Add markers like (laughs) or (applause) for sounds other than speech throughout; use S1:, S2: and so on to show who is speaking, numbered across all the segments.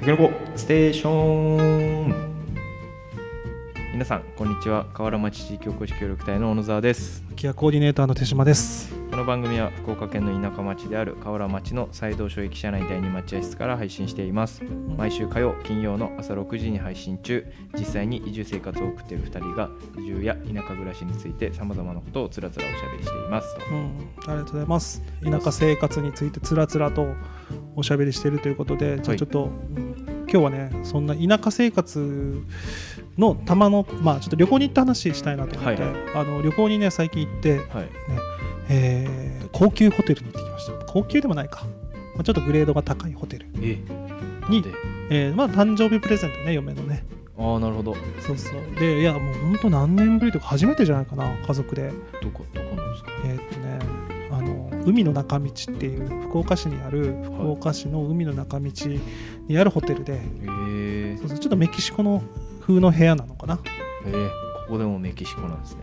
S1: きのこステーション皆さんこんにちは河原町地域おこし協力隊の小野沢です
S2: 空き家コーディネーターの手島です。
S1: この番組は福岡県の田舎町である河原町の西道所駅舎内第2待合室から配信しています毎週火曜金曜の朝6時に配信中実際に移住生活を送っている2人が移住や田舎暮らしについてさまざまなことをつらつらおしゃべりしていますと
S2: うん、ありがとうございます。田舎生活についてつらつらとおしゃべりしているということで、じゃ
S1: は
S2: あ
S1: い
S2: ちょっと、うん今日はね、そんな田舎生活のたまの、まあちょっと旅行に行った話したいなと思って、
S1: はい
S2: あの旅行にね最近行って、
S1: はい
S2: えー高級ホテルに行ってきました。高級でもないか。まあちょっとグレードが高いホテル
S1: え
S2: に
S1: で、
S2: えーまあ誕生日プレゼントね嫁のね
S1: ああなるほど
S2: そうそうでいやもう本当何年ぶりとか初めてじゃないかな家族で
S1: どこどこなんですか
S2: えーっとねあの海の中道っていう福岡市にある福岡市の海の中道にあるホテルで、
S1: えー、
S2: そうそうちょっとメキシコの風の部屋なのかな
S1: えー、ここでもメキシコなんですね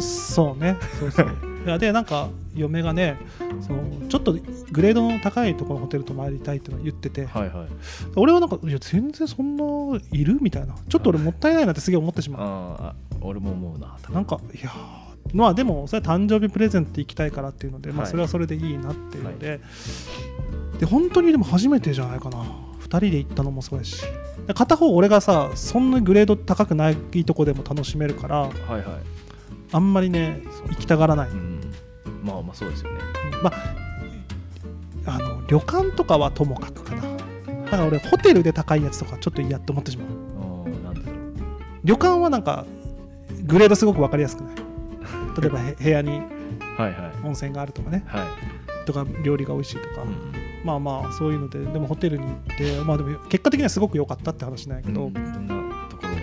S2: そうねそうそう (laughs) いやでなんか嫁がねそのちょっとグレードの高いところのホテル泊まりたいっていうのを言ってて
S1: はいはい
S2: 俺はなんかいや全然そんないるみたいなちょっと俺もったいないなってすげえ思ってしまう
S1: あーあ俺も思うな
S2: なんかいやーまあでもそれは誕生日プレゼント行きたいからっていうので、ま
S1: は
S2: あ、
S1: い
S2: それはそれでいいなっていうので、で本当にでも初めてじゃないかな2人で行ったのもそうやしで片方俺がさそんなグレード高くないとこでも楽しめるから
S1: はいはい
S2: あんまりね行きたがらない、
S1: うんまあまあそうですよね
S2: まああの旅館とかはともかくかなだから俺ホテルで高いやつとかちょっと嫌って思ってしまう
S1: あーなんだろう
S2: 旅館はなんかグレードすごく分かりやすくない例えばへ部屋に
S1: はいはい
S2: 温泉があるとかね
S1: はい、
S2: とか料理が美味しいとか、
S1: うん
S2: まあまあそういうのででもホテルに行ってまあでも結果的にはすごく良かったって話なんやけ
S1: ど
S2: ど、
S1: んなところが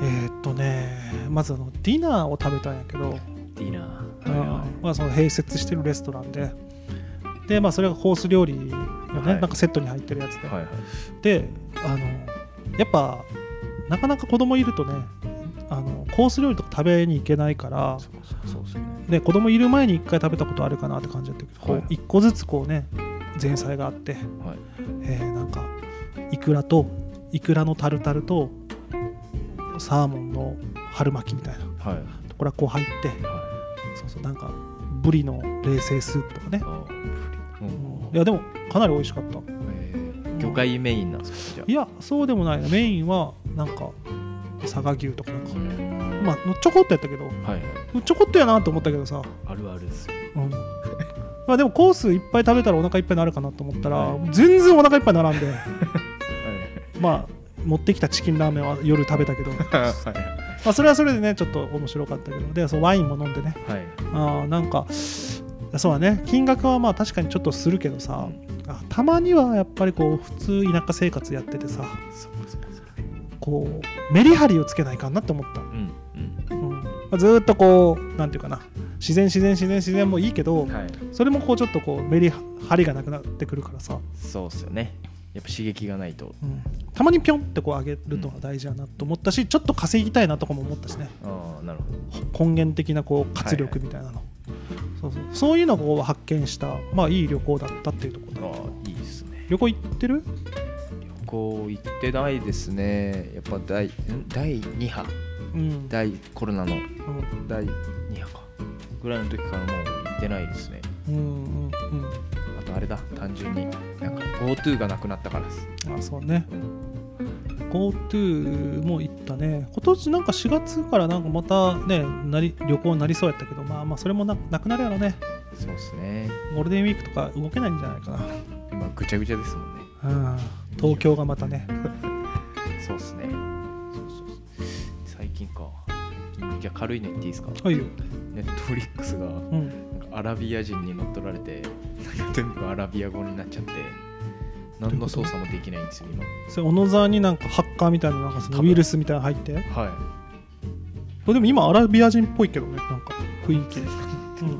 S2: えーっとねまずあのディナーを食べたんやけど、
S1: ディナ
S2: う
S1: ー
S2: んまあ、その併設してるレストランででまあそれがコース料理よね、
S1: はい
S2: なんかセットに入ってるやつで、
S1: はいはい
S2: であのやっぱなかなか子供いるとねあのコース料理とか食べに行けないから
S1: そうそうそうですよね
S2: で子供いる前に1回食べたことあるかなって感じだったけど、こ
S1: はいう
S2: 1個ずつこうね前菜があって、
S1: はい
S2: えーなんかイクラとイクラのタルタルとサーモンの春巻きみたいな
S1: はいはい
S2: ところがこう入ってそうそうなんかブリの冷製スープとかね
S1: あープリ
S2: い
S1: ン
S2: やでもかなり美味しかった
S1: えー魚介メインなんですか
S2: い
S1: じゃ
S2: やそうでもないなメインはなんか佐賀牛とかなんか
S1: あ、うん
S2: まあちょこっとやったけど
S1: はいはい
S2: ちょこっとやなと思ったけどさ、
S1: あるあるですよ
S2: うん、 (laughs) まあでもコースいっぱい食べたらお腹いっぱいになるかなと思ったら、
S1: は
S2: 全然お腹いっぱいにならんで
S1: は
S2: まあ持ってきたチキンラーメンは夜食べたけど
S1: いは
S2: まあ、それはそれでねちょっと面白かったけどでそうワインも飲んでね
S1: いはい
S2: あーなんかそうだね金額はまあ確かにちょっとするけどさ、あたまにはやっぱりこう普通田舎生活やっててさ
S1: そうそうそう
S2: こうメリハリをつけないかんなって思った、
S1: うんう
S2: うんまあ、ずーっとこうなんていうかな自然自然自然自然もいいけど、
S1: んはい
S2: それもこうちょっとこうメリハリがなくなってくるからさ、
S1: そうっすよねやっぱ刺激がないと
S2: うんたまにピョンってこう上げるのが大事だなと思ったし、ちょっと稼ぎたいなとかも思ったしね
S1: ああなるほど
S2: 根源的なこう活力みたいなの、そうそうそういうのをこう発見した、まあ、いい旅行だったっていうところだ
S1: ああいいですね
S2: 旅行行ってる
S1: 旅行行ってないですねやっぱ第ん第2波
S2: うん、
S1: 第コロナの
S2: うん
S1: 第2波かぐらいの時からもう行ってないですね
S2: うんうん
S1: あとあれだ単純になんか GoTo がなくなったからです
S2: うんあそうね GoTo も行ったね今年なんか4月からなんかまたねなり旅行になりそうやったけどまあまあそれもななくなるやろね
S1: そうですね
S2: ゴールデンウィークとか動けないんじゃないか
S1: 今ぐちゃぐちゃですもんね
S2: な、うん、東京がまたね
S1: そうっすねそうそうそう最近か最近じゃあ軽いの言っていいですか
S2: はいよ、
S1: ネットフリックスがなん
S2: うん、
S1: かアラビア人に乗っ取られてなんか全部アラビア語になっちゃって何の操作もできないんですよ今
S2: それ小野沢になんかハッカーみたいななんかその
S1: 多
S2: ウ
S1: 分
S2: イルスみたいなの入って
S1: はい
S2: これでも今アラビア人っぽいけどねなんか雰囲気、うん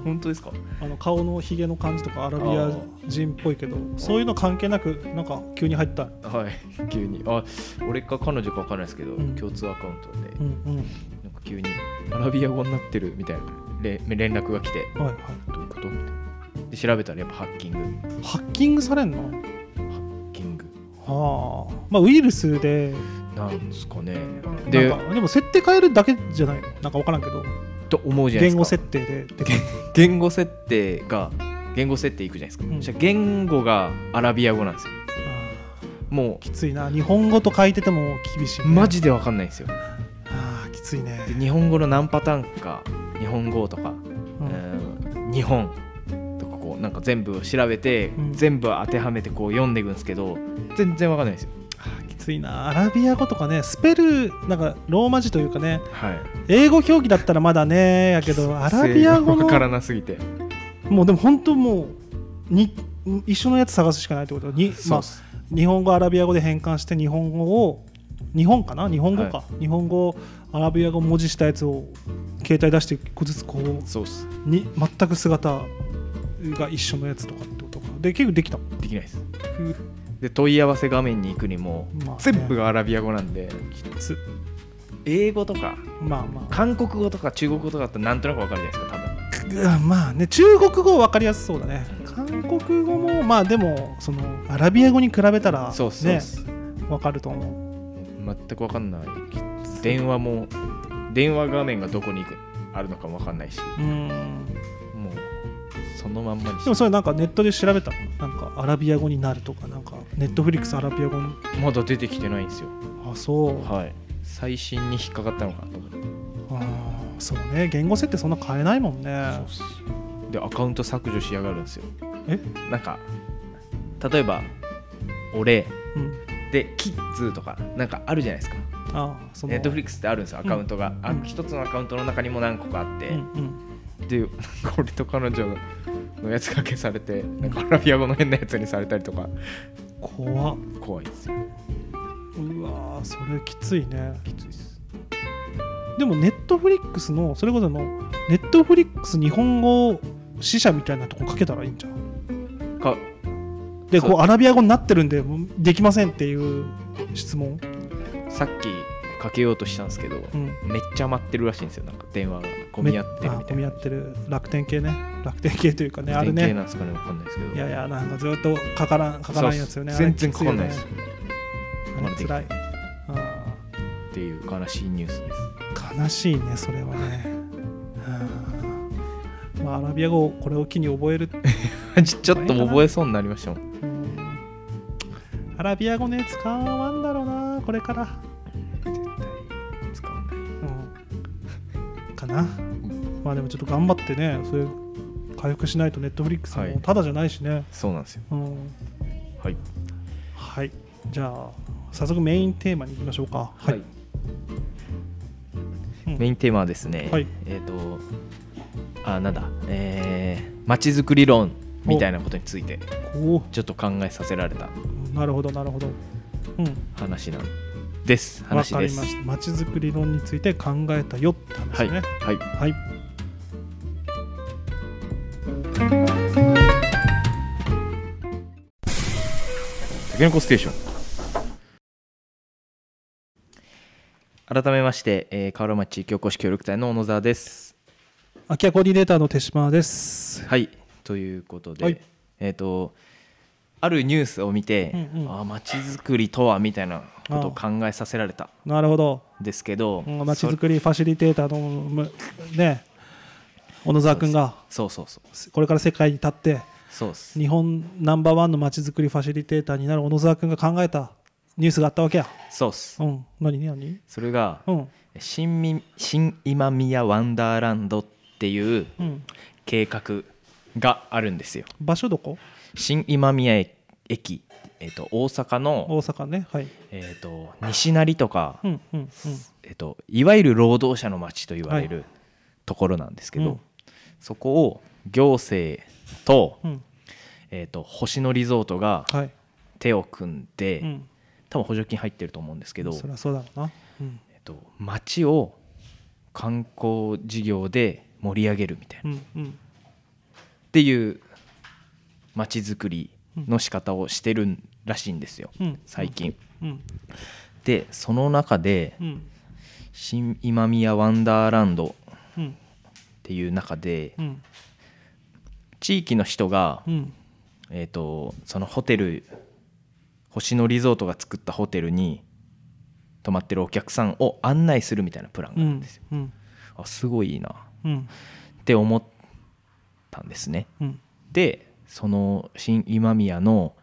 S1: 本当ですか
S2: あの顔のひげの感じとかアラビア人っぽいけどそういうの関係なくなんか急に入った、
S1: はい急にあ俺か彼女か分かんないですけど、
S2: うん
S1: 共通アカウントで、
S2: うん
S1: なんか急にアラビア語になってるみたいなれ連絡が来て
S2: うんはいは
S1: どういうことみたいなで調べたらやっぱハッキング
S2: い、ハッキングされんの
S1: ハッキング
S2: はああまあウイルスで
S1: なんですかね
S2: で
S1: で
S2: なんかでも設定変えるだけじゃないのなんか分からんけど
S1: と思うじゃない
S2: 言語
S1: ですか
S2: 設定でできる
S1: 言語設定が言語設定いくじゃないですか、
S2: うん
S1: じゃあ言語がアラビア語なんですよ
S2: あ
S1: も
S2: ーきついな日本語と書いてても厳しいうね、
S1: マジで分かんないんですよ
S2: あーきついね
S1: で日本語の何パターンか日本語とか、
S2: うん
S1: うん日本とかこうなんか全部調べて、
S2: うん
S1: 全部当てはめてこう読んでいくんですけど全然分かんないですよ
S2: あーきついなアラビア語とかねスペルなんかローマ字というかね
S1: はい
S2: 英語表記だったらまだねやけどアラビア語の
S1: わからなすぎて
S2: もうでも本当もうに一緒のやつ探すしかないってことに、ま
S1: そう
S2: あ
S1: っ、す
S2: 日本語アラビア語で変換して日本語を日本かな日本語か、
S1: は
S2: 日本語アラビア語文字したやつを携帯出して一個ずつこう
S1: そうっす
S2: に全く姿が一緒のやつとかってことかで結構できた、
S1: できないですで問い合わせ画面に行くにも
S2: まあね
S1: 全部がアラビア語なんで
S2: きつ
S1: 英語とか
S2: まあまあ
S1: 韓国語とか中国語とかだってなんとなくわかるじゃないですか多分
S2: くまあね中国語分かりやすそうだね韓国語もまあでもそのアラビア語に比べたら
S1: そうっすそうっ
S2: ね
S1: す
S2: 分かると思う
S1: 全くわかんない電話も電話画面がどこに行くあるのかもわかんないし
S2: うん
S1: もうそのまんまにし
S2: でもそれなんかネットで調べたなんかアラビア語になるとかなんかネットフリックスアラビア語に
S1: まだ出てきてないんですよ
S2: あそう
S1: はい最新に引っかかったのかなと思って
S2: あーそうね言語設定そんな変えないもんね
S1: そうっすでアカウント削除しやがるんですよ
S2: え
S1: なんか例えば「俺
S2: うん」
S1: で「キッズ」とかなんかあるじゃないですか
S2: あーその
S1: ネットフリ
S2: ッ
S1: ックスってあるんですよアカウントが、あ
S2: うん
S1: 一つのアカウントの中にも何個かあって、
S2: うん
S1: でなんか俺と彼女のやつが消されてなんかアラビア語の変なやつにされたりとか
S2: うん、怖っ
S1: 怖いですよ
S2: うわーそれきついね
S1: きついです
S2: でもネットフリックスのそれこそのネットフリックス日本語支社みたいなとこかけたらいいんじゃん
S1: か
S2: で
S1: そ
S2: こうアラビア語になってるんでもうできませんっていう質問、
S1: さっきかけようとしたんですけど、
S2: うん、
S1: めっちゃ待ってるらしいんですよなんか電話が混み合ってるみ
S2: あ
S1: た
S2: 混
S1: い
S2: み合
S1: な
S2: ってる楽天系ね楽天系というかねあれ
S1: 典型
S2: ね
S1: なんですかねわかんないですけど
S2: いやいやなんかずっとかからんかからんやつよね
S1: そうっす全然かかんないです
S2: あ
S1: ま
S2: れ
S1: だ
S2: つ
S1: でき
S2: ら
S1: ない
S2: いあー
S1: っていう悲しいニュース
S2: (laughs)
S1: です
S2: 悲しいねそれはねうんまあアラビア語をこれを機に覚える
S1: ちちょっと覚えそうになりましたもん。
S2: うんアラビア語ね使わんだろうなこれから、
S1: 絶対使わない。
S2: うん、かなまあでもちょっと頑張ってねそれ回復しないとネットフリックス
S1: は
S2: も
S1: い
S2: ただじゃないしね、
S1: そうなんですよ。
S2: うん
S1: はい。
S2: はいじゃあ早速メインテーマに行きましょうか
S1: はい。
S2: うん
S1: メインテーマはですね。
S2: はい
S1: えっ、と。あ、なんだ。ええまちづくり論みたいなことについて、
S2: お
S1: ちょっと考えさせられた
S2: ーなるほどなるほどうん
S1: 話なんです。
S2: わ
S1: 話
S2: か
S1: で
S2: り
S1: す。
S2: ましたまちづくり論について考えたよって話
S1: はい。
S2: ね
S1: はい。
S2: はい、
S1: タケノコステーション改めまして、えー、河原町地域おこし協力隊の小野沢です。
S2: 空き家コーディネーターの手島です
S1: はい、ということで、
S2: はい
S1: えっ、とあるニュースを見て、
S2: うんうん
S1: ああ街づくりとはみたいなことを考えさせられた
S2: なるほど
S1: んですけど、
S2: うんまち
S1: そ
S2: づくりファシリテーターのむね小野沢君が
S1: そうそうそう
S2: これから世界に立って
S1: そうっす
S2: 日本ナンバーワンのまちづくりファシリテーターになる小野沢君が考えたニュースがあったわけや
S1: そうっす
S2: うん何何
S1: それが、
S2: うん
S1: 新み新今宮ワンダーランドっていう
S2: うん
S1: 計画があるんですよ
S2: 場所どこ
S1: 新今宮駅、えー、と大阪の、
S2: 大阪ねはい
S1: えー、と西成とか、
S2: うんうんうん
S1: えっと、いわゆる労働者の町と言われる、
S2: は
S1: ところなんですけど、
S2: うん
S1: そこを行政と,、
S2: うん
S1: えっと星野リゾートが
S2: はい
S1: 手を組んで、
S2: うん
S1: 多分補助金入ってると思うんですけど、
S2: そりゃそうだろうなうん
S1: えっと町を観光事業で盛り上げるみたいな、
S2: う
S1: っ
S2: んうん
S1: ていう町づくりの仕方をしてるらしいんですよ、
S2: うん
S1: 最近。
S2: うん
S1: でその中で
S2: うん
S1: 新今宮ワンダーランド
S2: うん
S1: っていう中で
S2: うん
S1: 地域の人が
S2: うん
S1: えー、とそのホテル星野リゾートが作ったホテルに泊まってるお客さんを案内するみたいなプランが
S2: う
S1: あるん
S2: ん
S1: ですよ、
S2: うん
S1: あすごいいいなっ
S2: うん
S1: て思ったんですね
S2: うん
S1: でその新今宮の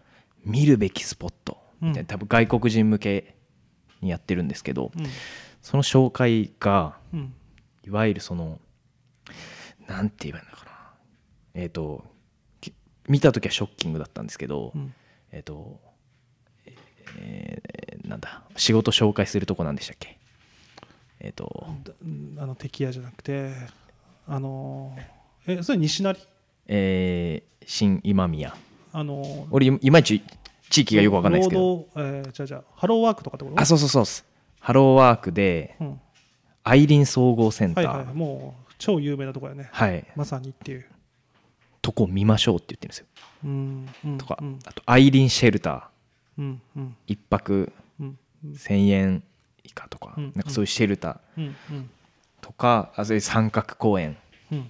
S1: 見るべきスポットみたいな、
S2: うん
S1: 多分外国人向けにやってるんですけど
S2: うん
S1: その紹介が
S2: うん
S1: いわゆるそのなんて言えばいいのかなえっ、とき見た時はショッキングだったんですけど、
S2: うん
S1: えっ、と、えーなんだ仕事紹介するとこなんでしたっけえっ、と
S2: だあの敵屋じゃなくてあのーえそれ西成
S1: えー新今宮
S2: あのー
S1: 俺いいまいち地域がよくわかんないですけど
S2: 労働えーじゃあじゃあハローワークとかってこと
S1: あそうそうそうっすハローワークで
S2: うん、
S1: アイリン総合センタ
S2: は
S1: ー
S2: い
S1: は
S2: はいい、もう超有名なとこやね、まさにっていう、
S1: とこ見ましょうって言ってるんですよ
S2: うんうん、
S1: とか、
S2: うん
S1: あとアイリンシェルター
S2: うんうん
S1: 一泊
S2: うんうん
S1: 1,000円以下とか、
S2: うん
S1: なんかそういうシェルター
S2: うんうん
S1: とか、あそういう三角公園
S2: うんや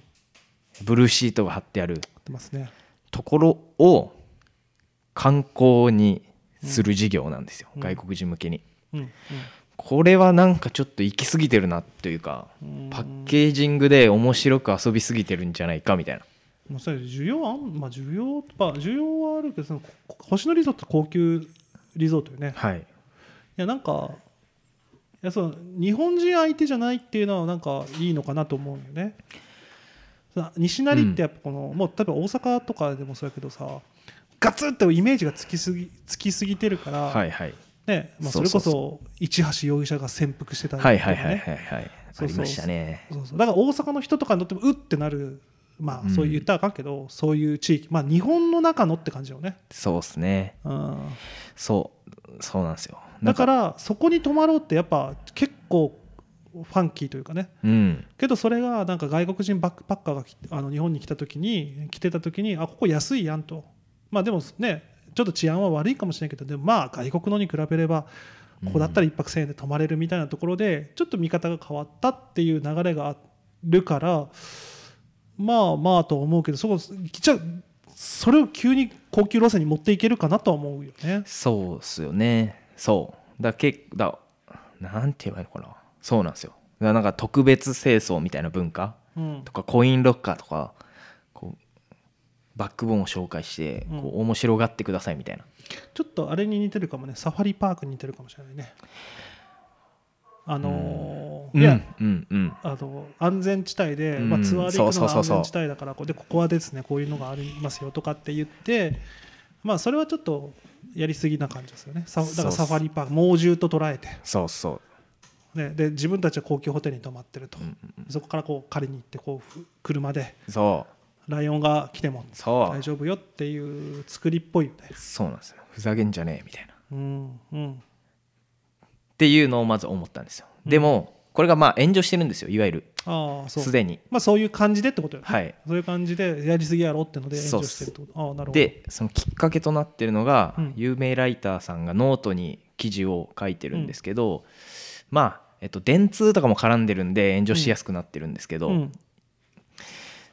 S1: ブルーシートが貼ってある
S2: ってますね
S1: ところを観光にする事業なんですよ、
S2: うん
S1: 外国人向けに。
S2: うん
S1: これはなんかちょっと行き過ぎてるなというか
S2: うん
S1: パッケージングで面白く遊びすぎてるんじゃないかみたいな
S2: もうそれ需要あんまあ需要まあ需要はあるけどそのここ星野リゾート高級リゾートよね
S1: はい
S2: いやなんかいやそう日本人相手じゃないっていうのはなんかいいのかなと思うよね。さ西成ってやっぱこの、もう例えば大阪とかでもそうやけどさガツッとイメージがつきすぎつきすぎてるから、
S1: はいはい
S2: ねまあ、
S1: そ
S2: そうれ
S1: そ
S2: こ
S1: うそう
S2: そ市橋容疑者が潜伏してたりとか
S1: は
S2: ね
S1: いはいはいはいはいあ
S2: そう
S1: り
S2: そう
S1: ましたね
S2: そうそうだから大阪の人とかにとってもうってなるま
S1: う
S2: あ
S1: ん
S2: そういう言ったらあかんけど、そういう地域まあ日本の中のって感じよね。
S1: そうっすね
S2: うん
S1: そうそうなんですよな
S2: だ
S1: ん
S2: からそこに泊まろうってやっぱ結構ファンキーというかね
S1: うん
S2: けどそれがなんか外国人バックパッカーがきあの日本に来た時に来てた時にあここ安いやんとまあでもねちょっと治安は悪いかもしれないけどでもまあ外国のに比べればここだったら1泊1000円で泊まれるみたいなところでちょっと見方が変わったっていう流れがあるからまあまあと思うけどそこじゃあそれを急に高級路線に持っていけるかなとは思うよね。
S1: そうっすよねそうだけだなんて言えばいいのかなそうなんですよだなんか特別清掃みたいな文化
S2: うん
S1: とかコインロッカーとかこうバックボーンを紹介して
S2: うん
S1: こう面白がってくださいみたいな、
S2: ちょっとあれに似てるかもねサファリパークに似てるかもしれないねあのー
S1: うん、
S2: いや、
S1: うんうん
S2: あの安全地帯で、
S1: うん
S2: まあ、ツアーで行く
S1: そう
S2: の
S1: そう
S2: が
S1: そう
S2: 安
S1: そう
S2: 全地帯だからこうでここはですねこういうのがありますよとかって言ってまあそれはちょっとやりすぎな感じですよねサだ
S1: そ
S2: か
S1: うっ
S2: ら
S1: す
S2: サファリパーク猛獣と捉えて、
S1: そうそう
S2: ね、で自分たちは高級ホテルに泊まってると、
S1: んうん
S2: そこからこう借りに行ってこうふ車で
S1: そ
S2: ライオンが来ても
S1: うそ
S2: 大丈夫よっていう作りっぽいよね
S1: うそうなんですよふざけんじゃねえみたいなっ
S2: うんうん
S1: ていうのをまず思ったんですよでもこれがまあ炎上してるんですよいわゆる
S2: ああそう
S1: すでに
S2: まあ、そういう感じでってことよね、
S1: はい
S2: そういう感じでやりすぎやろってので
S1: そう
S2: 炎
S1: っ
S2: 上
S1: す
S2: してるってことああなるほど
S1: でそのきっかけとなってるのが、
S2: うん
S1: 有名ライターさんがノートに記事を書いてるんですけど、まあ、えっと、電通とかも絡んでるんで炎上しやすくなってるんですけど、
S2: うん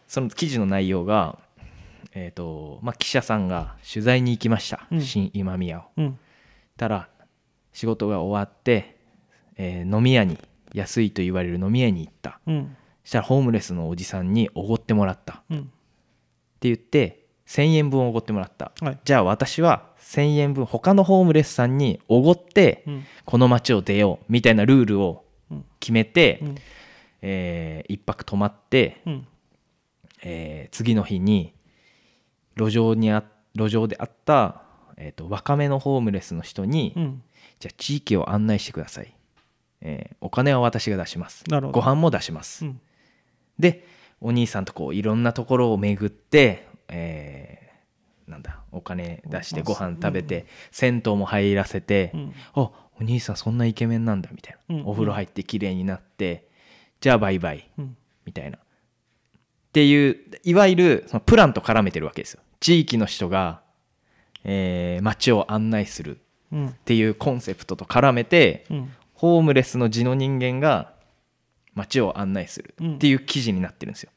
S1: その記事の内容が、えっとまあ、記者さんが取材に行きました、
S2: うん
S1: 新今宮を。
S2: うん
S1: たら仕事が終わって、えー飲み屋に安いと言われる飲み屋に行った
S2: うん
S1: したらホームレスのおじさんにおごってもらったって
S2: うん
S1: 言って1,000円分おごってもらった
S2: はい
S1: じゃあ私は1,000円分他のホームレスさんにおごって
S2: うん
S1: この街を出ようみたいなルールを
S2: うん
S1: 決めて、
S2: うん
S1: えー一泊泊まって、
S2: うん
S1: えー次の日に路上にあ路上であった、えー、と若めのホームレスの人に、
S2: うん
S1: じゃあ地域を案内してください、えーお金は私が出します
S2: なるほ
S1: ご
S2: ど
S1: 飯も出します、
S2: うん
S1: でお兄さんとこういろんなところを巡って、えーなんだお金出してご飯食べて、銭湯も入らせて、
S2: うん
S1: あお兄さんそんなイケメンなんだみたいな、
S2: うん
S1: お風呂入って綺麗になってじゃあバイバイ
S2: うん
S1: みたいなっていういわゆるそのプランと絡めてるわけですよ地域の人が、えー街を案内する
S2: うん
S1: っていうコンセプトと絡めて
S2: うん
S1: ホームレスの地の人間が街を案内するっていう記事になってるんですよ、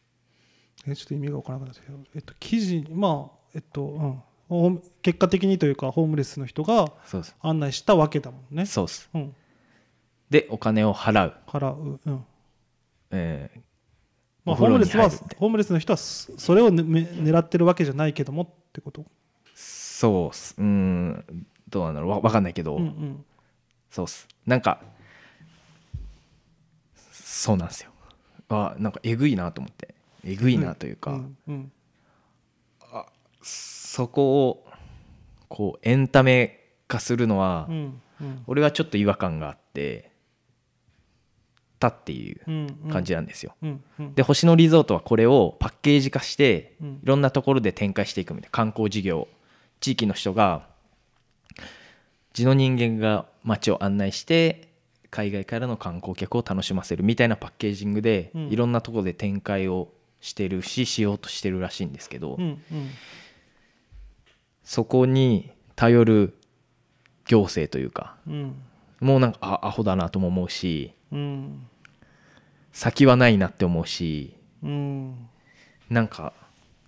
S2: えちょっと意味が分からなくなったけどえっと記事まあえっとうんホーム結果的にというかホームレスの人が
S1: そうです
S2: 案内したわけだもんね。
S1: そうっす
S2: うん、
S1: でお金を払う、
S2: 払う、うん
S1: えー
S2: まあ、
S1: お
S2: ホ
S1: 風呂
S2: ーム
S1: に
S2: レスは
S1: 入るって
S2: ホームレスの人はそそれをね、め狙ってるわけじゃないけどもってこと。
S1: そうっすうーんどうなんだろうわわかんないけど、
S2: うんうん、
S1: そうっすなんかそうなんですよあなんかえぐいなと思ってえぐいなというか、
S2: んうん
S1: そこをこうエンタメ化するのは、
S2: うんうん
S1: 俺はちょっと違和感があってたっていう
S2: うんうん
S1: 感じなんですよ、
S2: うんうん
S1: で星野リゾートはこれをパッケージ化して
S2: うん
S1: いろんなところで展開していくみたいな観光事業地域の人が地の人間が街を案内して海外からの観光客を楽しませるみたいなパッケージングで
S2: うん
S1: いろんなところで展開をしてるししようとしてるらしいんですけど
S2: うんうん
S1: そこに頼る行政というか
S2: うん
S1: もうなんかあアホだなとも思うし
S2: うん
S1: 先はないなって思うし
S2: うん
S1: なんか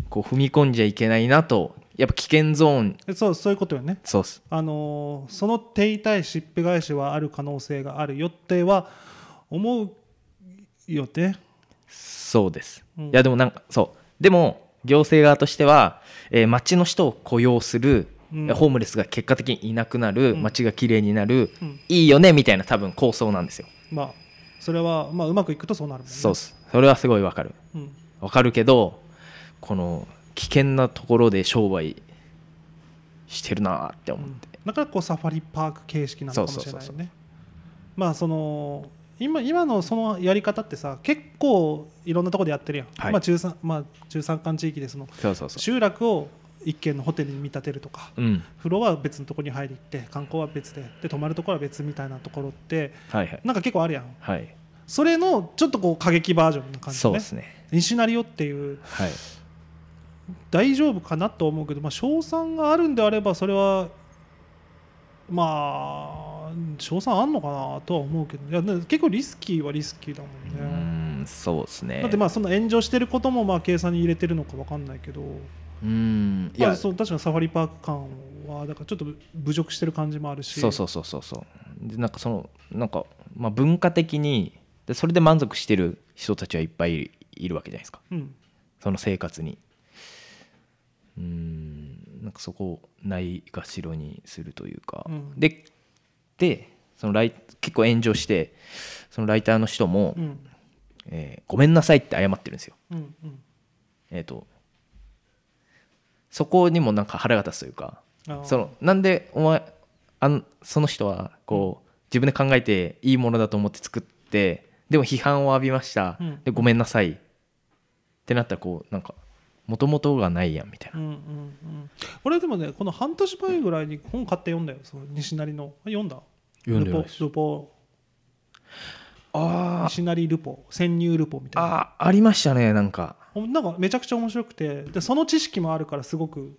S1: こう踏み込んじゃいけないなとやっぱ危険ゾーン
S2: えそうそういうことよね。
S1: そうっす
S2: あのーその手痛いしっぺ返しはある可能性があるよっては思うよね。
S1: そうです、
S2: うん
S1: いやでもなんかそうでも行政側としては、えー町の人を雇用する、
S2: うん
S1: ホームレスが結果的にいなくなる、
S2: うん
S1: 町が綺麗になる、
S2: うん
S1: いいよねみたいな多分構想なんですよ、
S2: まあそれは、まあ、うまくいくとそうなるもんね。
S1: そうっすそれはすごいわかる
S2: うん
S1: わかるけどこの危険なところで商売してるなーって
S2: う
S1: 思っ
S2: ん
S1: て、
S2: だからこうサファリパーク形式なのかもしれ
S1: そう
S2: ない
S1: そうそうそ
S2: よ
S1: う
S2: ね。まあその今今のそのやり方ってさ結構いろんなところでやってるやん、
S1: はい
S2: まあ、中山まあ、中山間地域でその
S1: そうそうそ
S2: 集落を一軒のホテルに見立てるとか
S1: ううん
S2: 風呂は別のところに入り行って観光は別でで泊まるところは別みたいなところって
S1: はいはい
S2: なんか結構あるやん
S1: はい
S2: それのちょっとこう過激バージョンな感じ
S1: そう
S2: ね
S1: ですね
S2: 西シナリオっていう
S1: はい
S2: 大丈夫かなと思うけど、まあ、賞賛があるんであればそれはまあ賞賛あんのかなとは思うけどいやね結構リスキーはリスキーだも
S1: うー
S2: んね。
S1: んそうですね
S2: だってまあその炎上してることもまあ計算に入れてるのかわかんないけど、
S1: うーんい
S2: ま
S1: や
S2: あ、そう確かにサファリパーク感はだからちょっと侮辱してる感じもあるし
S1: そうそうそうそうそうでなんかそのなんか、まあ、文化的にでそれで満足してる人たちはいっぱいいるわけじゃないですか
S2: うん、
S1: その生活にうーんなんかそこをないがしろにするというか、
S2: うん
S1: ででそのライ結構炎上してそのライターの人も、
S2: うん
S1: えーごめんなさい」って謝ってるんですよ
S2: うんうん
S1: えっ、とそこにもなんか腹が立つというか
S2: あー
S1: そのなんでお前あんその人はこう自分で考えていいものだと思って作ってでも批判を浴びました、
S2: うん
S1: でごめんなさいってなったらこうなんか元々がないやんみたいな
S2: うんうんうん、俺でもねこの半年前ぐらいに本買って読んだよその西成の読んだ
S1: 読んでないです
S2: ルポルポ
S1: あ
S2: 西成ルポ潜入ルポみたいな
S1: あありましたねなんか
S2: なんかめちゃくちゃ面白くてでその知識もあるからすごく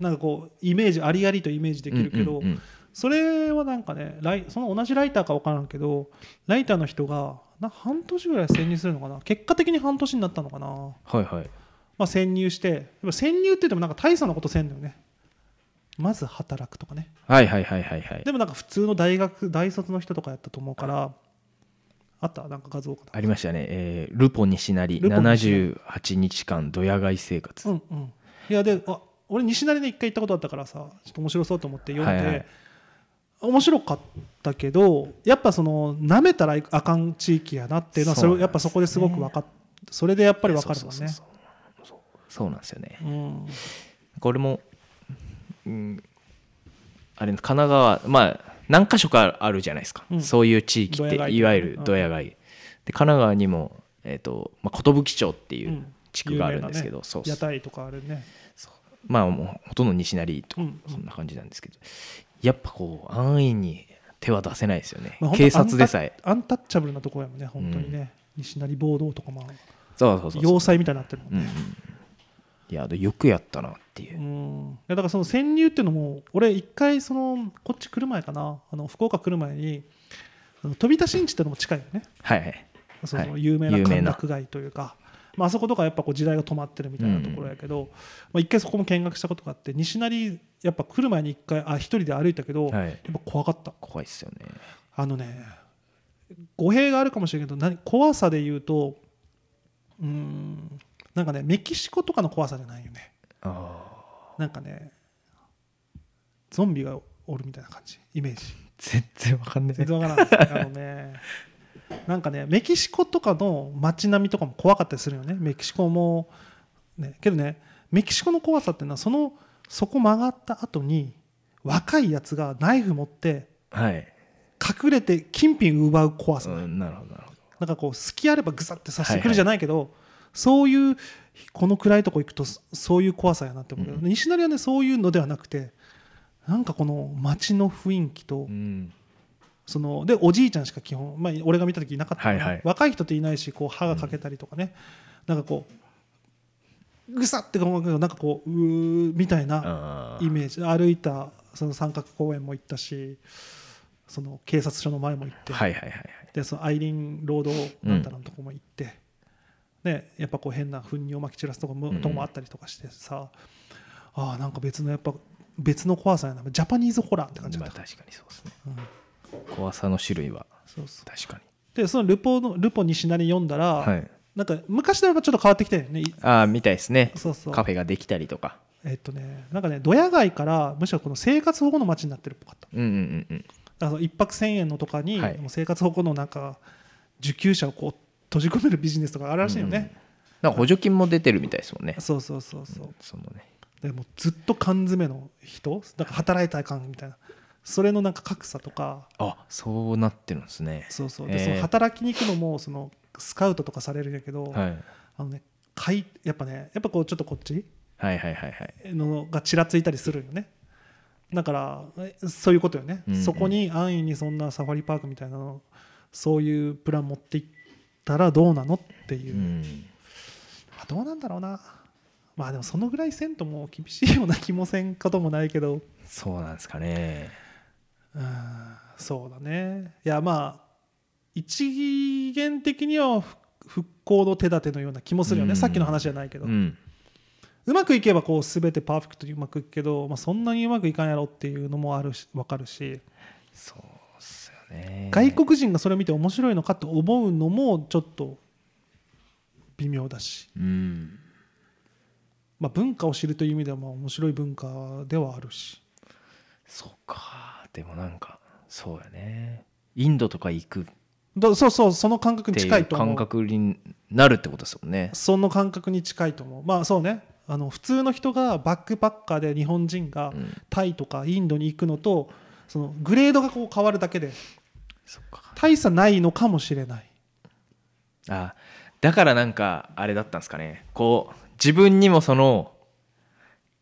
S2: なんかこうイメージありありとイメージできるけど、
S1: うんうんうん
S2: それはなんかねライその同じライターか分からんけどライターの人がな半年ぐらい潜入するのかな結果的に半年になったのかな、
S1: はいはい
S2: まあ、潜入してでも潜入って言ってもなんか大層なことせんのよねまず働くとかね
S1: はいはいはいはいはい
S2: でもなんか普通の大学大卒の人とかやったと思うからあったなんか画像か
S1: ありましたね、えールポ西成
S2: ルポ西
S1: 78日間ドヤ街生活、
S2: なうんうんいやであ俺西成で一回行ったことあったからさちょっと面白そうと思って読んで、
S1: はいはい
S2: 面白かったけどやっぱそのなめたらあかん地域やなっていうのはそれ
S1: そうなんですね
S2: やっぱそこですごく分かっそれでやっぱり分かる
S1: そ
S2: も
S1: うんそう
S2: ね
S1: そうそうそうなんですよね、
S2: うん
S1: これも、うん、あれ神奈川まあ何か所かあるじゃないですか、
S2: うん
S1: そういう地域っ
S2: ドヤ街とか
S1: て
S2: ね
S1: いわゆるドヤ街、で神奈川にもえっ、とまあ、寿町っていううん地区があるんですけど、
S2: 有名なね
S1: そう
S2: 屋台とかあるね
S1: そうまあもうほとんど西成とか、
S2: うん
S1: そんな感じなんですけどやっぱこう安易に手は出せないですよね、
S2: まあ本当
S1: 警察でさえ
S2: アンタアンタッチャブルなところやもんね本当にね、西成暴動とかまあ
S1: そうそうそうそう
S2: 要塞みたいになってるもん
S1: うんうん
S2: ね、
S1: いやでよくやったなっていうう、
S2: ん、いやだからその潜入っていうのも俺一回そのこっち来る前かなあの福岡来る前にあの飛び出しんちってのも近いよね
S1: はいはい
S2: その
S1: はい
S2: 有名な
S1: 有名
S2: 歓
S1: な
S2: 楽街というか、まああそことかやっぱこう時代が止まってるみたいなところやけど、まあ、一回そこも見学したことがあって西成やっぱ来る前に一回あ一人で歩いたけど、
S1: は
S2: や
S1: い
S2: っぱ怖かった
S1: 怖いっすよね
S2: あのね語弊があるかもしれないけど何怖さで言うとうーんなんかねメキシコとかの怖さじゃないよね
S1: ああ
S2: なんかねゾンビがおるみたいな感じイメージ
S1: 全然わかんねえ
S2: 全然わからないあのねなんかねメキシコとかの街並みとかも怖かったりするよねメキシコもねけどねメキシコの怖さっていうのはそのそこ曲がった後に若いやつがナイフ持って
S1: はい、
S2: 隠れて金品奪う怖さ、
S1: うん、なるほどなるほど
S2: なんかこう隙あればぐさって刺して
S1: はい
S2: く
S1: はい
S2: るじゃないけど、そういうこの暗いとこ行くとそそういう怖さやなって思うけど、
S1: うん
S2: 西成はねそういうのではなくてなんかこの街の雰囲気と、
S1: うん
S2: そのでおじいちゃんしか基本、まあ、俺が見た時いなかったから、
S1: はいはい
S2: 若い人っていないしこう歯が欠けたりとかね、なんかこうぐさってこうなんかこううーみたいな
S1: あ
S2: イメージ歩いたその三角公園も行ったしその警察署の前も行っ
S1: ー
S2: て、
S1: はいはいはいはい
S2: でそのアイリンロードなんたらのとこも行って、ね、やっぱこう変な糞尿まき散らすとこも,、
S1: うん
S2: とこもあったりとかしてさあーなんか別のやっぱ別の怖さやなジャパニーズホラーって感じだ
S1: まあ
S2: った、
S1: 確かにそうですね
S2: うん
S1: 怖さの種類は
S2: そうそう
S1: 確かに
S2: でそのルポのルポ西成読んだら、
S1: はい
S2: なんか昔とやっぱちょっと変わってきたよね。い
S1: ああみたいですね
S2: そうそう
S1: カフェができたりとか
S2: えっとね、なんかね、ドヤ街からむしろこの生活保護の街になってるっぽかった。
S1: うんうんうんうん
S2: だから1泊1000円のとかに、
S1: はい
S2: もう生活保護のなんか受給者をこう閉じ込めるビジネスとかあるらしいよね。
S1: なんか補助金も出てるみたいですもんね
S2: そうそうそうそう。
S1: そのね
S2: でもうずっと缶詰の人、だから働いたい感みたいな。それのなんか格差とか、
S1: あそうなってるんですね
S2: そうそう。
S1: え
S2: で、
S1: ー
S2: その働きに行くのもそのスカウトとかされるんやけど、
S1: はい
S2: あのね、かいやっぱね、やっぱこうちょっとこっち
S1: はいはいはいはい
S2: のがちらついたりするよねだからえそういうことよね、
S1: うんうん
S2: そこに安易にそんなサファリパークみたいなのそういうプラン持っていったらどうなのっていうう、
S1: ん
S2: あどうなんだろうなまあでもそのぐらいせんともう厳しいような気もせんこともないけど
S1: そうなんですかね
S2: うーんそうだねいやまあ一元的には復復興の手立てのような気もするよね、
S1: うん
S2: さっきの話じゃないけど、う
S1: うん
S2: まくいけばこう全てパーフェクトにうまくいくけど、まあ、そんなにうまくいかんやろっていうのもあるし分かるし
S1: そうっすよね
S2: 外国人がそれを見て面白いのかと思うのもちょっと微妙だし、
S1: うん
S2: まあ、文化を知るという意味ではまあ面白い文化ではあるし
S1: そうかでもなんかそうやねインドとか行くっ
S2: だそうそうその感覚に
S1: てい
S2: 近
S1: う
S2: いと思う
S1: 感覚になるってことですもんね
S2: その感覚に近いと思うまあそうねあの普通の人がバックパッカーで日本人が
S1: うん
S2: タイとかインドに行くのとそのグレードがこう変わるだけで
S1: そっか
S2: 大差ないのかもしれない
S1: あだからなんかあれだったんですかねこう自分にもその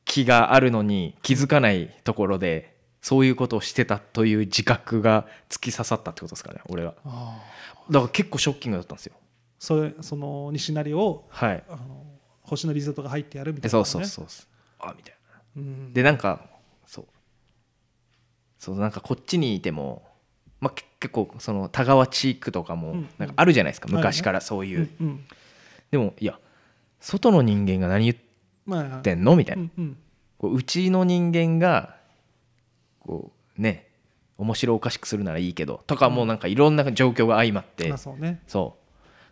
S1: 気があるのに気づかないところでそういうことをしてたという自覚が突き刺さったってことですかね俺は
S2: ああ
S1: だから結構ショッキングだったんですよ
S2: それその西成を
S1: はい
S2: あの星野リゾートが入ってやるみた
S1: え
S2: いな、
S1: そ
S2: ね、
S1: うそうそうそうあみたいな
S2: うん
S1: でなんかそうそうなんかこっちにいてもまあけ結構その田川地区とか
S2: うんう
S1: も
S2: ん
S1: なんかあるじゃないですか
S2: あるね
S1: 昔からそういう
S2: うんうん
S1: でもいや外の人間が何言っ
S2: まあ、
S1: てんのみたいな
S2: うんうん、
S1: こううちの人間がこうね面白おかしくするならいいけどとかもうなんかいろんな状況が相まって、
S2: まあそうね
S1: そう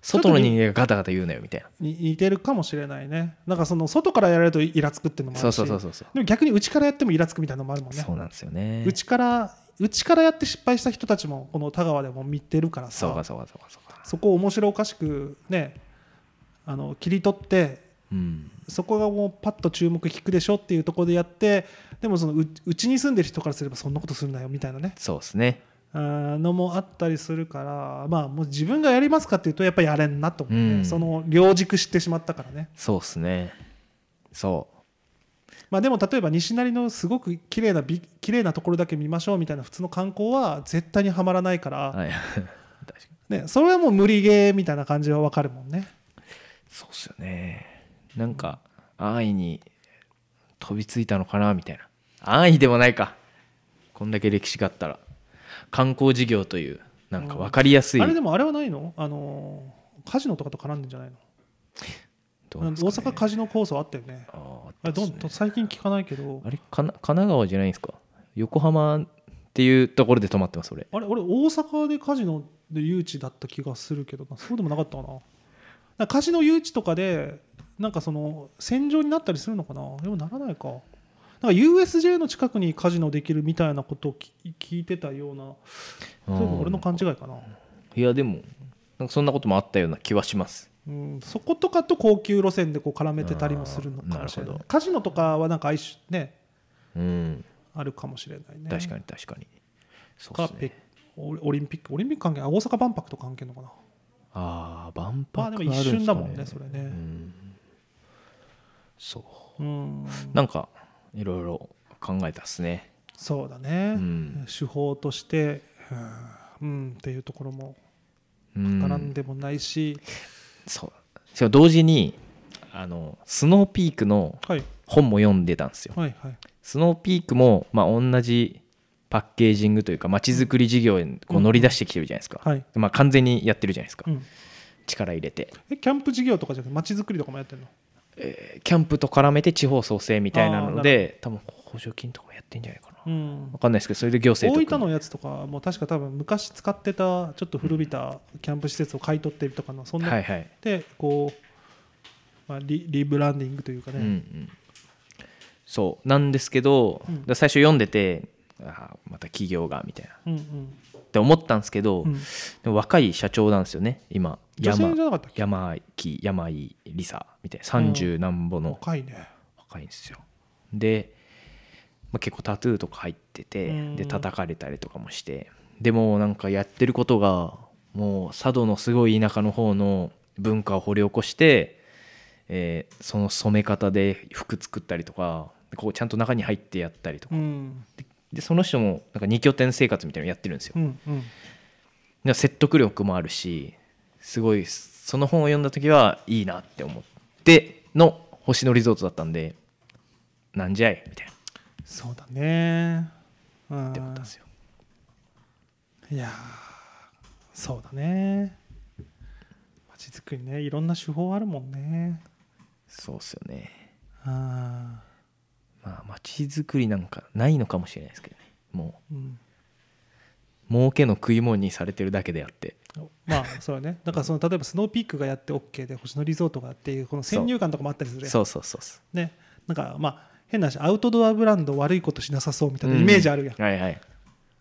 S2: ちょ
S1: 外
S2: っと
S1: の
S2: に
S1: 人間がガタガタ言うなよみたいな
S2: に似てるかもしれないねなんかその外からやられるとイラつくっていうのもあ
S1: そう
S2: るし
S1: そうそうそうそう、
S2: でも逆に内からやってもイラつくみたいなのもあるもんね
S1: そうなんですよね
S2: 内から内からやって失敗した人たちもこの田川でも見てるからさ
S1: そうかそうかそうかそうか
S2: そこを面白おかしくねあの切り取って
S1: うん
S2: そこがもうパッと注目引くでしょっていうところでやってでもそのううちに住んでる人からすればそんなことするなよみたいなね
S1: そうですね
S2: あーのもあったりするから、まあ、もう自分がやりますかっていうとやっぱやれんなと思うね、
S1: うん
S2: その両軸してしまったからね、
S1: そうですねそう
S2: まあ、でも例えば西成のすごく綺麗なび綺麗なところだけ見ましょうみたいな普通の観光は絶対にはまらないから、
S1: はい (laughs) 確かに
S2: ね、それはもう無理ゲーみたいな感じはわかるもんね
S1: そうっすよねなんか安易に飛びついたのかなみたいな安易でもないかこんだけ歴史があったら観光事業というなんか分かりやすい
S2: あれでもあれはないの、あのーカジノとかと絡んでんじゃないの
S1: どう
S2: 大
S1: なんですかね
S2: 阪カジノ構想あったよね
S1: あーあっ
S2: あれ
S1: た
S2: ど
S1: っ
S2: ん
S1: すね
S2: と最近聞かないけど
S1: あれかな神奈川じゃないんですか横浜っていうところで止まってます俺
S2: あれ俺大阪でカジノで誘致だった気がするけどなそうでもなかったかななんかカジノ誘致とかでなんかその戦場になったりするのかなでもならないかなんか USJ の近くにカジノできるみたいなことをき聞いてたようなそれも俺の勘違いかな、
S1: いやでもなんかそんなこともあったような気はします
S2: うん、そことかと高級路線でこう絡めてたりもするのかもしれ
S1: あーなる
S2: ない
S1: ほど
S2: カジノとかはなんか相性ね
S1: うん
S2: あるかもしれないね
S1: 確かに確かにそう
S2: か
S1: です
S2: ペ
S1: ね
S2: オリオリンピックオリンピック関係あ大阪万博と関係のかな
S1: ああ万博
S2: まあでも一瞬だもんねそれね
S1: うんそう
S2: うん
S1: なんかいろいろ考えたっすね
S2: そうだね、
S1: うん
S2: 手法としてうん、うんっていうところも
S1: うん
S2: 絡んでもないし、
S1: そうしかも同時にあのスノーピークの
S2: はい
S1: 本も読んでたんですよ
S2: はいはい
S1: スノーピークも、まあ、同じパッケージングというかまちづくり事業にこう乗り出してきてるじゃないですか、
S2: はい、
S1: まあ、完全にやってるじゃないですか、
S2: うん、
S1: 力入れて、
S2: えキャンプ事業とかじゃなくて街づくりとかもやってるの
S1: えーキャンプと絡めて地方創生みたいなので多分補助金とかもやってんじゃないかな、
S2: うん
S1: 分かんないですけどそれで行
S2: 大
S1: 政と
S2: 分のやつとかも確か多分昔使ってたちょっと古びたキャンプ施設を買い取ってとかのそんな、
S1: はいはい、
S2: でこう、まあ、リリブランディングというか
S1: う
S2: ね、
S1: んうん、そうなんですけど、
S2: うん
S1: だから最初読んでてあーまた企業がみたいな
S2: うんうん
S1: って思ったんですけど、
S2: うん
S1: でも若い社長なんですよね今
S2: 女性じゃなかったっけ
S1: 山木山井梨沙みたいな30何ぼの
S2: 若いね
S1: 若いんですよで、まあ、結構タトゥーとか入ってて
S2: うん
S1: で叩かれたりとかもしてでもなんかやってることがもう佐渡のすごい田舎の方の文化を掘り起こして、えーその染め方で服作ったりとかでこうちゃんと中に入ってやったりとか
S2: うん
S1: でその人もなんか2拠点生活みたいなのやってるんですよ
S2: うんうん
S1: で説得力もあるしすごいその本を読んだ時はいいなって思っての星野リゾートだったんでなんじゃいみたいな
S2: そうだねうん
S1: って思ったんですよ
S2: いやーそうだねまちづくりねいろんな手法あるもんね
S1: そうっすよね
S2: あ
S1: まあ街づくりなんかないのかもしれないですけどねも
S2: ー、うん、
S1: う儲けの食い物にされてるだけであって
S2: まあそうだねだからその例えばスノーピークがやって OK で星野リゾートがっていうこの先入観とかもあったりするやん
S1: そうそうそうそ
S2: ねなんかまあ変な話アウトドアブランド悪いことしなさそうみた
S1: う
S2: いなイメージあるやん、
S1: うんはいはい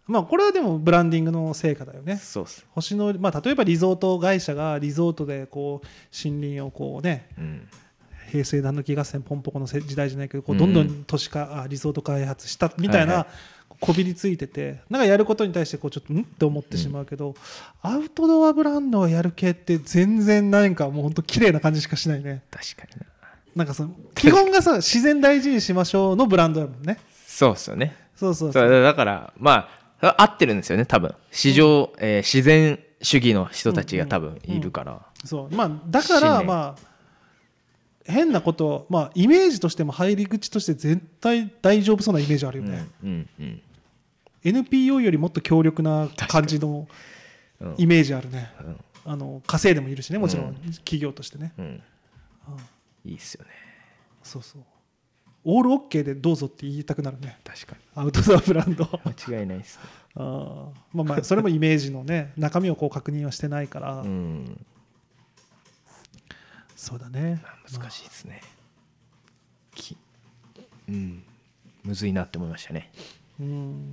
S2: まあこれはでもブランディングの成果だよね
S1: そうっす
S2: 星野まあ、例えばリゾート会社がリゾートでこう森林をこうね
S1: うん
S2: 平成断抜合戦ポンポコのせ時代じゃないけどこうどんどん都市化、あリゾート開発したみたいな、
S1: はいはい
S2: こびりついててなんかやることに対してこうちょっとんって思ってしまうけど、アウトドアブランドがやる系って全然なんかもう本当綺麗な感じしかしないね
S1: 確かにな
S2: なんかその基本がさ自然大事にしましょうのブランドだもんね
S1: そうっすよね
S2: そうそうそう
S1: そうだからまあ合ってるんですよね多分市場、えー自然主義の人たちが多分いるから、
S2: そうまあだから
S1: 信念
S2: まあ変なこと、まあ、イメージとしても入り口として絶対大丈夫そうなイメージあるよね、
S1: うんうん、
S2: NPO よりもっと強力な感じ
S1: うん
S2: のイメージあるね、
S1: うん
S2: あの稼いでもいるしねもちろ
S1: うん
S2: ん企業としてね、
S1: うん、
S2: うん
S1: いいっすよね
S2: そうそうオールオッケーでどうぞって言いたくなるね
S1: 確かに
S2: アウトドアブランド
S1: 間違いないっすね
S2: あーまあまあそれもイメージのね (laughs) 中身をこう確認はしてないから、
S1: うん
S2: そうだね
S1: 難しいっすねきうんむずいなって思いましたね
S2: うーん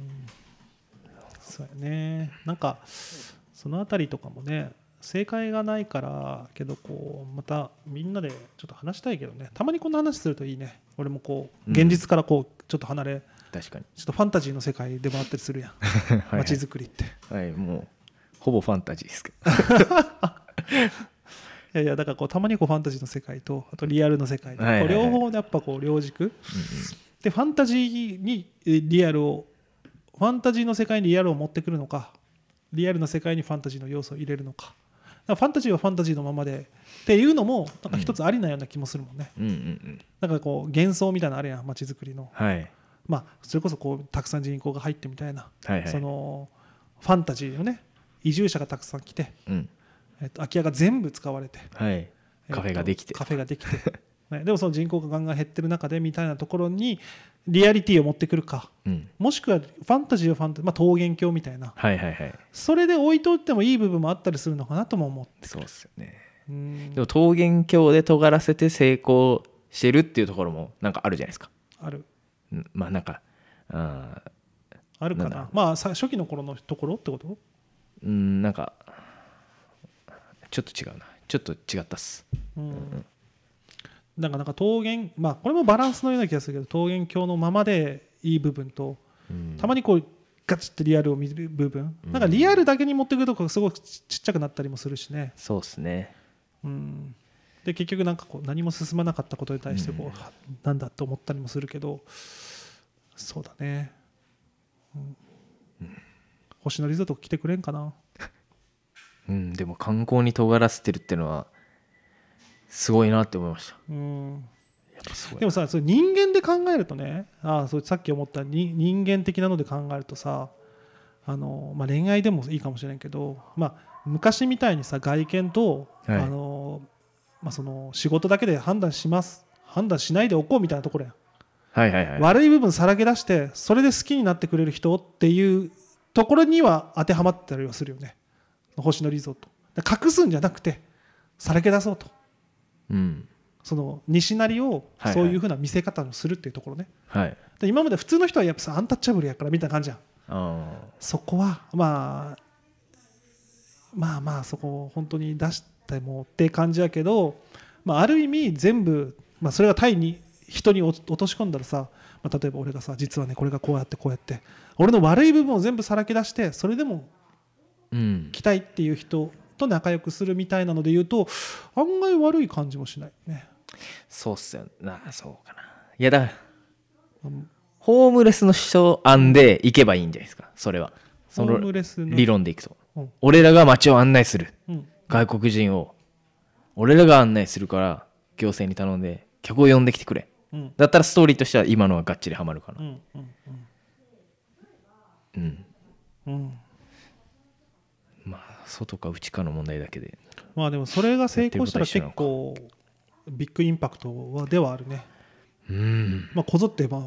S2: そうやねなんかそのあたりとかもね正解がないからけどこうまたみんなでちょっと話したいけどねたまにこんな話するといいね俺もこう
S1: うん
S2: 現実からこうちょっと離れ、
S1: 確かに
S2: ちょっとファンタジーの世界でもあったりするやん
S1: (laughs) はい、はい
S2: 街づくりってい
S1: はいもうほぼファンタジーですけど
S2: やいやだからこうたまにこうファンタジーの世界とあとリアルの世界、
S1: はいはいはい
S2: こう両方でやっぱこう両軸でファンタジーにえリアルをファンタジーの世界にリアルを持ってくるのかリアルの世界にファンタジーの要素を入れるのかだからファンタジーはファンタジーのままでっていうのもなんか一つありなような気もするもんね、
S1: うんうんうん
S2: なんかこう幻想みたいなのあるやん街づくりの
S1: はい
S2: まあそれこそこうたくさん人口が入ってみたいな、
S1: はいはい
S2: そのファンタジーをね移住者がたくさん来て、
S1: うん
S2: えっと、空き家が全部使われて
S1: はい
S2: えーと
S1: カフェができて
S2: カフェができて、ね、でもその人口がガンガン減ってる中でみたいなところにリアリティを持ってくるか
S1: うん、
S2: もしくはファンタジーをファンタジー、まあ、桃源郷みたいな
S1: はいはいはい
S2: それで置いといてもいい部分もあったりするのかなとも思って
S1: そうっすよね
S2: うん
S1: でも桃源郷で尖らせて成功してるっていうところもなんかあるじゃないですか
S2: ある
S1: うんまあなんかあー
S2: あるかな
S1: なんだ
S2: まあさ初期の頃のところってこと
S1: うんなんかちょっと違うなちょっと違ったっす
S2: うんなんかなんか桃源まあこれもバランスのような気がするけど桃源郷のままでいい部分とたま
S1: に
S2: にこうガチってリアルを見る部分
S1: うん
S2: なんかリアルだけに持ってくるとこがすごくちちっちゃくなったりもするしね、
S1: そうっすね
S2: うん、で結局なんかこう何も進まなかったことに対してこう、
S1: うん
S2: はなんだと思ったりもするけどそうだね、うん星野リゾート来てくれんかな
S1: うんでも観光に尖らせてるっていうのはすごいなって思いました
S2: うん
S1: やっぱすごい
S2: でもさそれ人間で考えるとねああそうさっき思ったに人間的なので考えるとさあの、まあ、恋愛でもいいかもしれんけど、まあ、昔みたいにさ外見と、
S1: はい
S2: あのまあ、その仕事だけで判断します判断しないでおこうみたいなところやん、
S1: はいはいはい
S2: 悪い部分さらけ出してそれで好きになってくれる人っていうところには当てはまったりはするよね星野リゾートだから隠すんじゃなくてさらけ出そうと
S1: うん
S2: その西成を
S1: はいはい
S2: そういうふうな見せ方をするっていうところね、
S1: はい
S2: で今まで普通の人はやっぱさアンタッチャブルやからみたいな感じじゃん
S1: あ
S2: そこはまあまあまあそこを本当に出してもって感じやけど、まあ、ある意味全部、まあ、それが対に人に落とし込んだらさ、まあ、例えば俺がさ実はねこれがこうやってこうやって俺の悪い部分を全部さらけ出してそれでも
S1: ーうん
S2: 来たいっていう人と仲良くするみたいなので言うと案外悪い感じもしないね。
S1: そうっすよなそうかないやだから
S2: うん
S1: ホームレスの人案で行けばいいんじゃないですかそれはそ
S2: ホーム
S1: の
S2: レスの
S1: 理論でいくと
S2: うん
S1: 俺らが街を案内する
S2: うん
S1: 外国人を俺らが案内するから行政に頼んで客を呼んできてくれ
S2: うん
S1: だったらストーリーとしては今のはがっちりハマるか
S2: う
S1: なん
S2: うん
S1: うん
S2: うん
S1: まあ外か内かの問題だけで
S2: まあでもそれが成功したら
S1: やって
S2: 結
S1: るこ
S2: 構ビッグインパクトはではあるね、
S1: うん
S2: まあ、こぞってまあ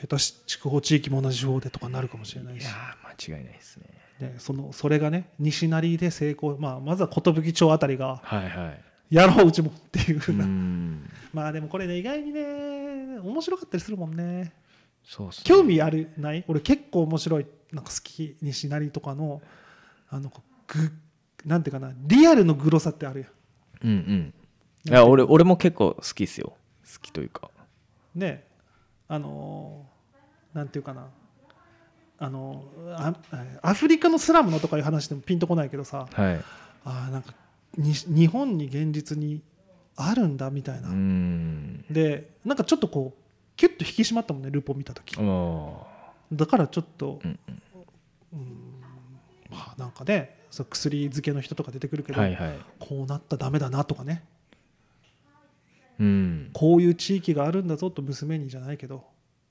S2: 下手し筑豊地域も同じ地方でとかなるかもしれない
S1: い
S2: し
S1: やー間違いないですね
S2: ねそのそれがね西成で成功、まあ、まずは寿町あたりが
S1: はいはい
S2: やろううちもっていうふ
S1: う
S2: うな、
S1: ん
S2: (laughs) まあでもこれね意外にね面白かったりするもんね
S1: そうっすね
S2: 興味あるない俺結構面白いなんか好き西成とかのあのぐなんていうかなリアルのグロさってあるやん
S1: うんうんいや俺俺も結構好きっすよ好きというか
S2: ねあのーなんていうかなあのーあアフリカのスラムのとかいう話でもピンとこないけどさ
S1: はい
S2: あーなんかに日本に現実にあるんだみたいうな、
S1: ん
S2: でなんかちょっとこうキュッと引き締まったもんねルポ見た時
S1: あー
S2: だからちょっと
S1: うん
S2: まあなんかねそう薬漬けの人とか出てくるけど、
S1: はいはい
S2: こうなったらダメだなとかね
S1: うん
S2: こういう地域があるんだぞと娘にじゃないけど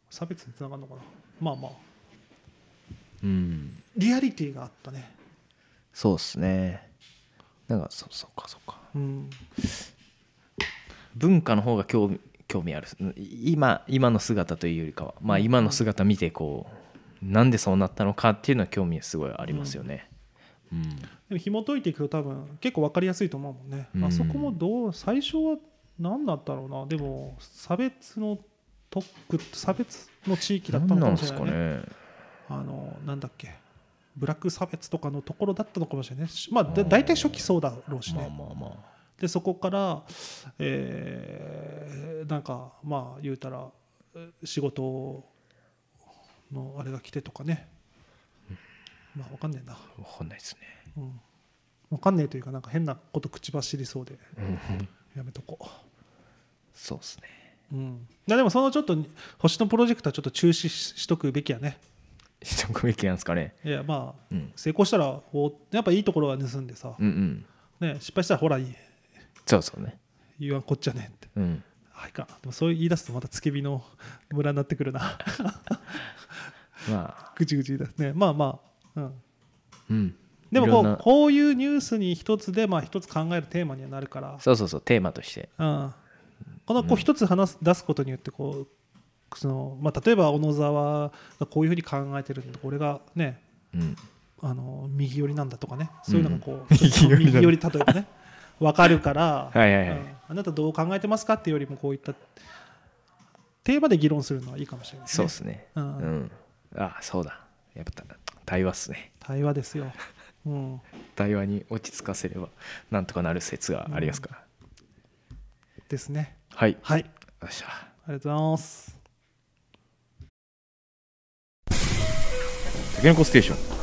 S2: 差別につながるのかなまあまあ
S1: うん
S2: リアリティがあったね
S1: そうっすねなんかそそっかそっか
S2: うん
S1: 文化の方が興味興味ある今今の姿というよりかは、まあ、今の姿見てこうなんでそうなったのかっていうのは興味すごいありますよね。うん
S2: でも紐解いていくと多分結構分かりやすいと思うもんね、
S1: うん
S2: あそこもどう最初は何だったろうなでも差別の特区差別の地域だった
S1: 何
S2: の
S1: な
S2: か
S1: ん
S2: も
S1: で
S2: し
S1: す
S2: れ
S1: か
S2: ないね
S1: ね。
S2: あのなんだっけブラック差別とかのところだったのかもしれないねしまあだ大体初期そうだろうしね、
S1: まあまあまあ。
S2: でそこから、えーなんかまあ言うたらえ仕事のあれが来てとかねまあ分かんねえな
S1: わかんないですね。
S2: うん、わかんねえというかなんか変なこと口走りそうで
S1: うん
S2: やめとこ
S1: そうですね。
S2: う、うん、いやでもそのちょっと星のプロジェクトはちょっと中止ししとくべきやね
S1: しとくべきなんですかね。
S2: いやまあ
S1: うん。
S2: 成功したらおやっぱいいところは盗んでさ、
S1: うんうん。
S2: ね、失敗したらほらいい
S1: そうそうね。
S2: 言わんこっちゃねって
S1: うん。
S2: はいかでもそう言い出すとまたつけ火の村になってく
S1: (laughs)
S2: るな
S1: まあ。
S2: ぐちぐち言い出すねまあまあうん
S1: うん。
S2: でも
S1: いろん
S2: こ
S1: な
S2: うこういうニュースに一つで、まあ、一つ考えるテーマにはなるから、
S1: そうそうそうテーマとして
S2: うん、このこう一つ話す出すことによってこうその、まあ、例えば小野沢がこういうふうに考えてるんで俺がね
S1: うん
S2: あの右寄りなんだとかねそういうのがこう、
S1: うん (laughs)
S2: ちょっ
S1: 右寄
S2: と
S1: りなんだ
S2: 右寄り例えばね分かるか
S1: (laughs)
S2: ら
S1: はいはいはい
S2: うんあなたどう考えてますかっていうよりもこういったテーマで議論するのはいいかもしれない、ね、
S1: そうですね
S2: う
S1: うんんあそうだやっぱ対話っすね
S2: 対話ですよ、うん、
S1: 対話に落ち着かせればなんとかなる説がありますから、
S2: ですね
S1: はいよ
S2: はい
S1: っしゃ
S2: ありがとうございます
S1: タケノコステーション